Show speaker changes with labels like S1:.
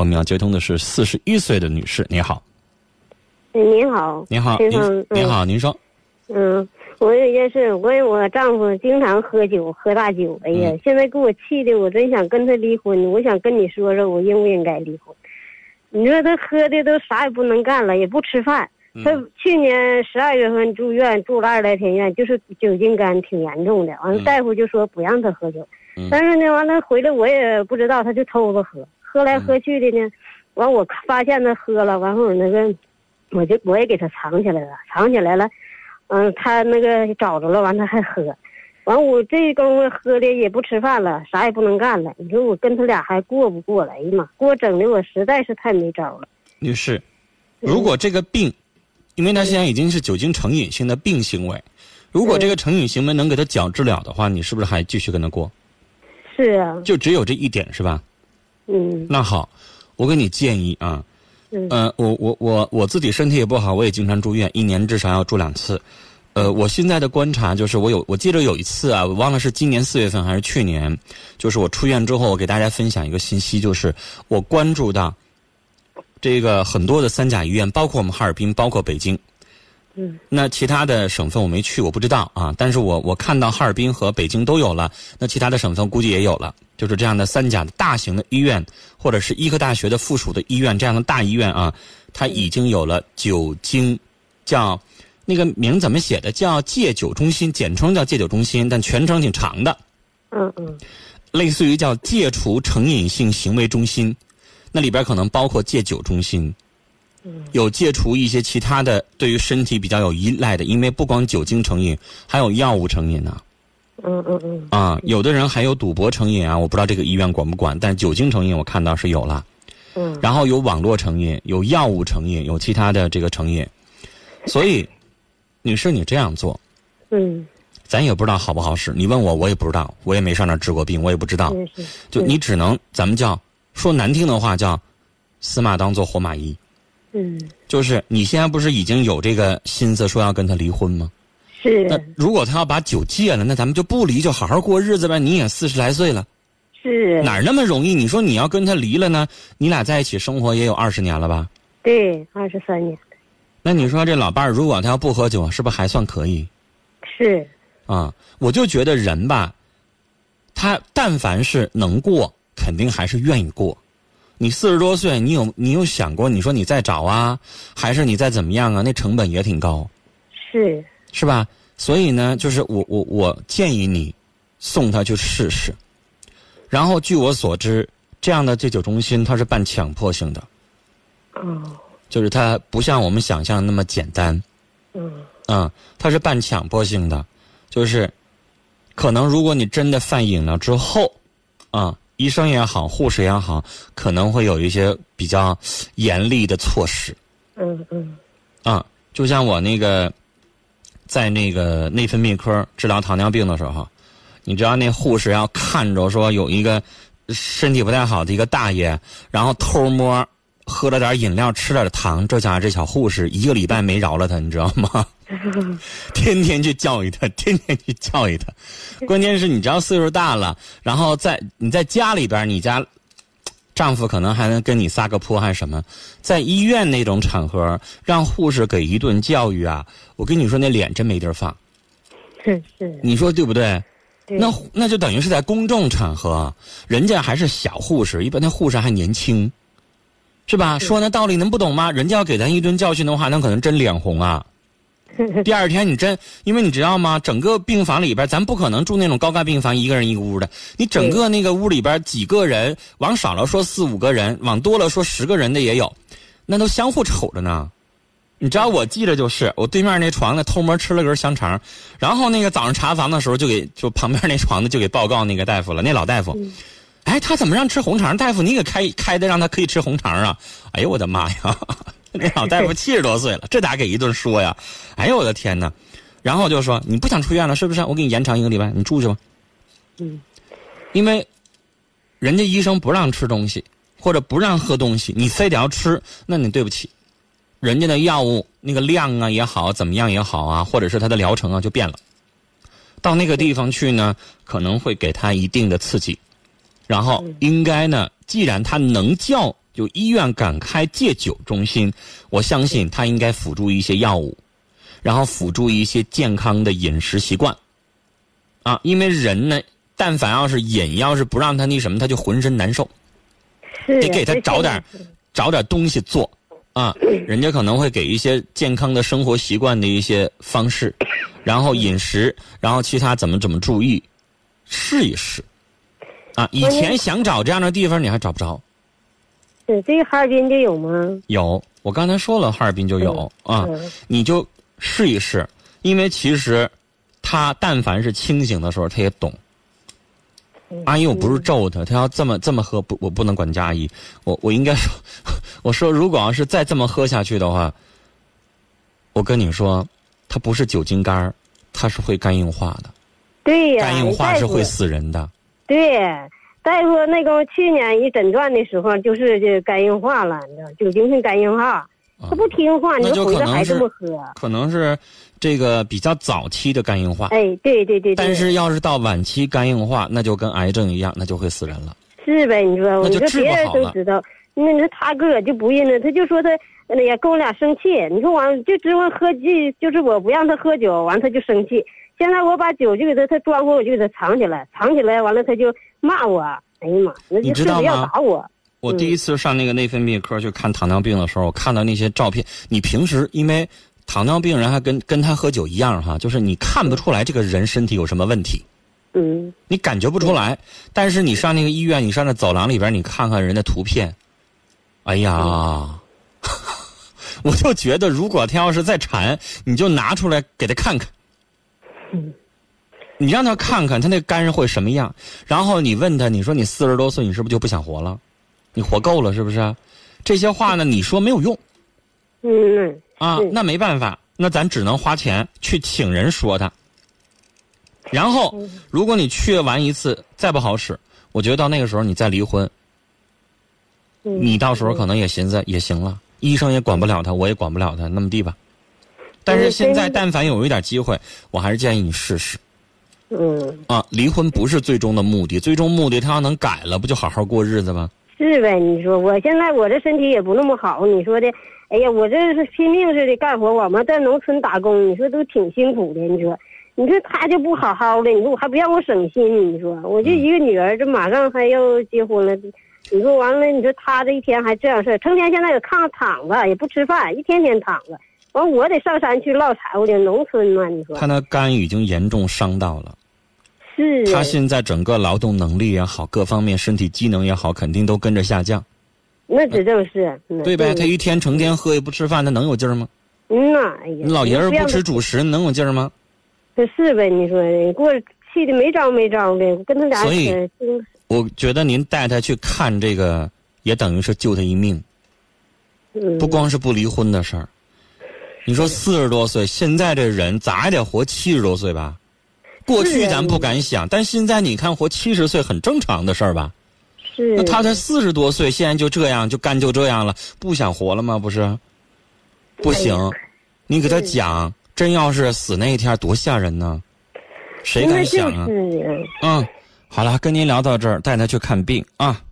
S1: 我哦们要接通的是四十一岁的女士，你好，
S2: 哎，您好，
S1: 您好，
S2: 先
S1: 您
S2: 生，
S1: 您好，您说，
S2: 嗯，嗯，我有一件事，我有我丈夫经常喝酒，喝大酒，哎呀，
S1: 嗯
S2: 现在给我气的，我真想跟他离婚，我想跟你说说，我应不应该离婚？你说他喝的都啥也不能干了，也不吃饭。
S1: 嗯
S2: 他去年十二月份住院，住了二十来天院，就是酒精肝挺严重的。完了，
S1: 嗯
S2: 大夫就说不让他喝酒，
S1: 嗯
S2: 但是呢，完了回来我也不知道，他就偷着喝，喝来喝去的
S1: 嗯
S2: 呢，完我发现他喝了，完后那个，我就我也给他藏起来了，藏起来了，嗯，他那个找着了，完他还喝，完我这功夫喝的也不吃饭了，啥也不能干了。你说我跟他俩还过不过来嘛？给我整的我实在是太没招了。
S1: 女士，如果这个病，因为他现在已经是酒精成瘾性的病行为，如果这个成瘾行为能给他矫治了的话，你是不是还继续跟他过？
S2: 是啊，
S1: 就只有这一点是吧？
S2: 嗯
S1: 那好，我给你建议啊，
S2: 嗯
S1: 呃，我我我我自己身体也不好，我也经常住院，一年至少要住两次。呃，我现在的观察就是，我有我记得有一次啊，我忘了是今年四月份还是去年，就是我出院之后，我给大家分享一个信息，就是我关注到这个很多的三甲医院，包括我们哈尔滨，包括北京。
S2: 嗯，
S1: 那其他的省份我没去，我不知道啊。但是我我看到哈尔滨和北京都有了，那其他的省份估计也有了。就是这样的三甲的大型的医院，或者是医科大学的附属的医院，这样的大医院啊，它已经有了酒精，叫那个名怎么写的？叫戒酒中心，简称叫戒酒中心，但全称挺长的。
S2: 嗯嗯
S1: 类似于叫戒除成瘾性行为中心，那里边可能包括戒酒中心，
S2: 嗯
S1: 有戒除一些其他的对于身体比较有依赖的，因为不光酒精成瘾，还有药物成瘾呢、
S2: 嗯嗯嗯
S1: 啊。有的人还有赌博成瘾啊，我不知道这个医院管不管，但是酒精成瘾我看到是有了，
S2: 嗯，
S1: 然后有网络成瘾，有药物成瘾，有其他的这个成瘾，所以，女士，你这样做，
S2: 嗯，
S1: 咱也不知道好不好使。你问我，我也不知道，我也没上那儿治过病，我也不知道。
S2: 真是，
S1: 就
S2: 嗯
S1: 你只能咱们叫说难听的话叫死马当做活马医，
S2: 嗯
S1: 就是你现在不是已经有这个心思说要跟他离婚吗？
S2: 是
S1: 那如果他要把酒戒了，那咱们就不离，就好好过日子呗。你也四十来岁了，
S2: 是，
S1: 哪儿那么容易？你说你要跟他离了呢，你俩在一起生活也有二十年了吧？
S2: 对，二十三年，
S1: 那你说这老伴儿如果他要不喝酒，是不是还算可以
S2: 是，
S1: 啊？我就觉得人吧，他但凡是能过，肯定还是愿意过。你四十多岁，你有你有想过，你说你再找啊，还是你再怎么样啊？那成本也挺高，
S2: 是，
S1: 是吧？所以呢，就是我我我建议你送他去试试。然后据我所知，这样的戒酒中心它是办强迫性的，
S2: 哦，
S1: 就是它不像我们想象的那么简单，
S2: 嗯
S1: 嗯，它是办强迫性的，就是可能如果你真的犯瘾了之后，啊，医生也好，护士也好，可能会有一些比较严厉的措施
S2: 嗯嗯
S1: 啊。就像我那个在那个内分泌科治疗糖尿病的时候，你知道那护士要看着说有一个身体不太好的一个大爷，然后偷摸喝了点饮料，吃了点糖，这家伙这小护士一个礼拜没饶了他，你知道吗？ 天天去教育他，天天去教育他。关键是你只要岁数大了，然后在你在家里边，你家丈夫可能还能跟你撒个泼还是什么，在医院那种场合，让护士给一顿教育啊，我跟你说那脸真没地儿放，
S2: 是是，
S1: 你说对不对？
S2: 对，
S1: 那那就等于是在公众场合，人家还是小护士，一般那护士还年轻，是吧？说那道理能不懂吗？人家要给咱一顿教训的话，那可能真脸红啊。第二天你真，因为你知道吗？整个病房里边，咱不可能住那种高干病房，一个人一个屋的。你整个那个屋里边几个人，往少了说四五个人，往多了说十个人的也有，那都相互瞅着呢。你知道我记着就是，我对面那床呢偷摸吃了根香肠，然后那个早上查房的时候就给就旁边那床的就给报告那个大夫了，那老大夫，哎，他怎么让吃红肠？大夫，你给开开的让他可以吃红肠啊？哎呦我的妈呀！ 那老大夫七十多岁了，这咋给一顿说呀？哎呦我的天哪！然后就说你不想出院了是不是？我给你延长一个礼拜，你住去吧。
S2: 嗯，
S1: 因为人家医生不让吃东西或者不让喝东西，你非得要吃，那你对不起，人家的药物那个量啊也好，怎么样也好啊，或者是他的疗程啊就变了。到那个地方去呢，可能会给他一定的刺激，然后应该呢，既然他能叫就医院敢开戒酒中心，我相信他应该辅助一些药物，然后辅助一些健康的饮食习惯，啊，因为人呢，但凡要是瘾，要是不让他那什么，他就浑身难受。
S2: 是
S1: 得给他
S2: 而且
S1: 找点找点东西做啊，
S2: 嗯
S1: 人家可能会给一些健康的生活习惯的一些方式，然后饮食，然后其他怎么怎么注意，试一试。啊，以前想找这样的地方你还找不着，
S2: 是这哈尔滨就有吗？
S1: 有我刚才说了，哈尔滨就有啊，
S2: 嗯
S1: 你就试一试，因为其实他但凡是清醒的时候，他也懂。
S2: 嗯
S1: 阿姨，我不是咒他，他要这么这么喝，不，我不能管家阿姨，我我应该说， 我说如果要是再这么喝下去的话，我跟你说，它不是酒精肝儿，它是会肝硬化的，
S2: 对啊呀、
S1: 肝硬化是会
S2: 大夫
S1: 死人的。
S2: 对，大夫那个去年一诊断的时候，就是这肝硬化了，你知道，酒精性肝硬化，
S1: 啊
S2: 他不听话，
S1: 那
S2: 你
S1: 就
S2: 说回
S1: 可
S2: 来
S1: 能
S2: 还这
S1: 是
S2: 么喝，
S1: 可能是这个比较早期的肝硬化，
S2: 哎，对对对对，
S1: 但是要是到晚期肝硬化，那就跟癌症一样，那就会死人了。
S2: 是呗？你说，
S1: 那
S2: 你
S1: 就
S2: 说
S1: 治
S2: 别
S1: 不
S2: 人
S1: 好
S2: 都
S1: 了
S2: 知道，那那他哥就不认了，他就说他那也跟我俩生气，你说完就只问喝酒，就是我不让他喝酒，完他就生气。现在我把酒就给他，他装过我就给他藏起来，藏起来完了他就骂我，哎呀妈，那
S1: 你
S2: 就
S1: 知
S2: 是
S1: 道
S2: 不要
S1: 吗
S2: 打我，
S1: 我第一次上那个内分泌科去看糖尿病的时候，我看到那些照片。你平时因为糖尿病人还跟跟他喝酒一样哈，就是你看不出来这个人身体有什么问题，
S2: 嗯，
S1: 你感觉不出来。但是你上那个医院，你上那走廊里边，你看看人的图片，哎呀， 我就觉得如果他要是再馋，你就拿出来给他看看。你让他看看他那肝是会什么样，然后你问他，你说你四十多岁，你是不是就不想活了？你活够了是不是？这些话呢，你说没有用
S2: 嗯嗯，
S1: 啊
S2: 是，
S1: 那没办法，那咱只能花钱去请人说他。然后，
S2: 嗯
S1: 如果你去完一次再不好使，我觉得到那个时候你再离婚，
S2: 嗯
S1: 你到时候可能也寻思也行了，医生也管不了他，我也管不了他，那么地吧。但是现在，但凡有一点机会，我还是建议你试试
S2: 嗯，
S1: 啊！离婚不是最终的目的，最终目的他要能改了，不就好好过日子吗？
S2: 是呗？你说我现在我这身体也不那么好，你说的，哎呀，我这是拼命似的干活，我们在农村打工，你说都挺辛苦的。你说，你说他就不好好的，你说我还不让我省心，你说我
S1: 嗯
S2: 就一个女儿，这马上还要结婚了，你说完了，你说他这一天还这样事儿，成天现在搁炕上躺着也不吃饭，一天天躺着，完我得上山去落柴火去，农村嘛，你说
S1: 他那肝已经严重伤到了，
S2: 是啊
S1: 他现在整个劳动能力也好，各方面身体机能也好，肯定都跟着下降，
S2: 那指正是，嗯
S1: 对呗？他一天成天喝也不吃饭，他能有劲儿吗？
S2: 嗯呐，哎呀，
S1: 你老爷
S2: 你
S1: 们儿
S2: 让
S1: 不
S2: 他
S1: 吃主食，能有劲儿吗？
S2: 这是呗，你说你给我气的没招没招的，我跟他俩
S1: 所以
S2: 可真
S1: 我觉得您带他去看这个，也等于是救他一命。
S2: 嗯
S1: 不光是不离婚的事儿，你说四十多岁，现在这人咋也得活七十多岁吧？过去咱不敢想，但现在你看活七十岁很正常的事儿吧？
S2: 是
S1: 那他才四十多岁，现在就这样，就干就这样了，不想活了吗？不是，不行，你给他讲，真要是死那一天，多吓人呢，谁
S2: 那
S1: 敢
S2: 就
S1: 想啊？
S2: 是呀。
S1: 嗯，好了，跟您聊到这儿，带他去看病啊。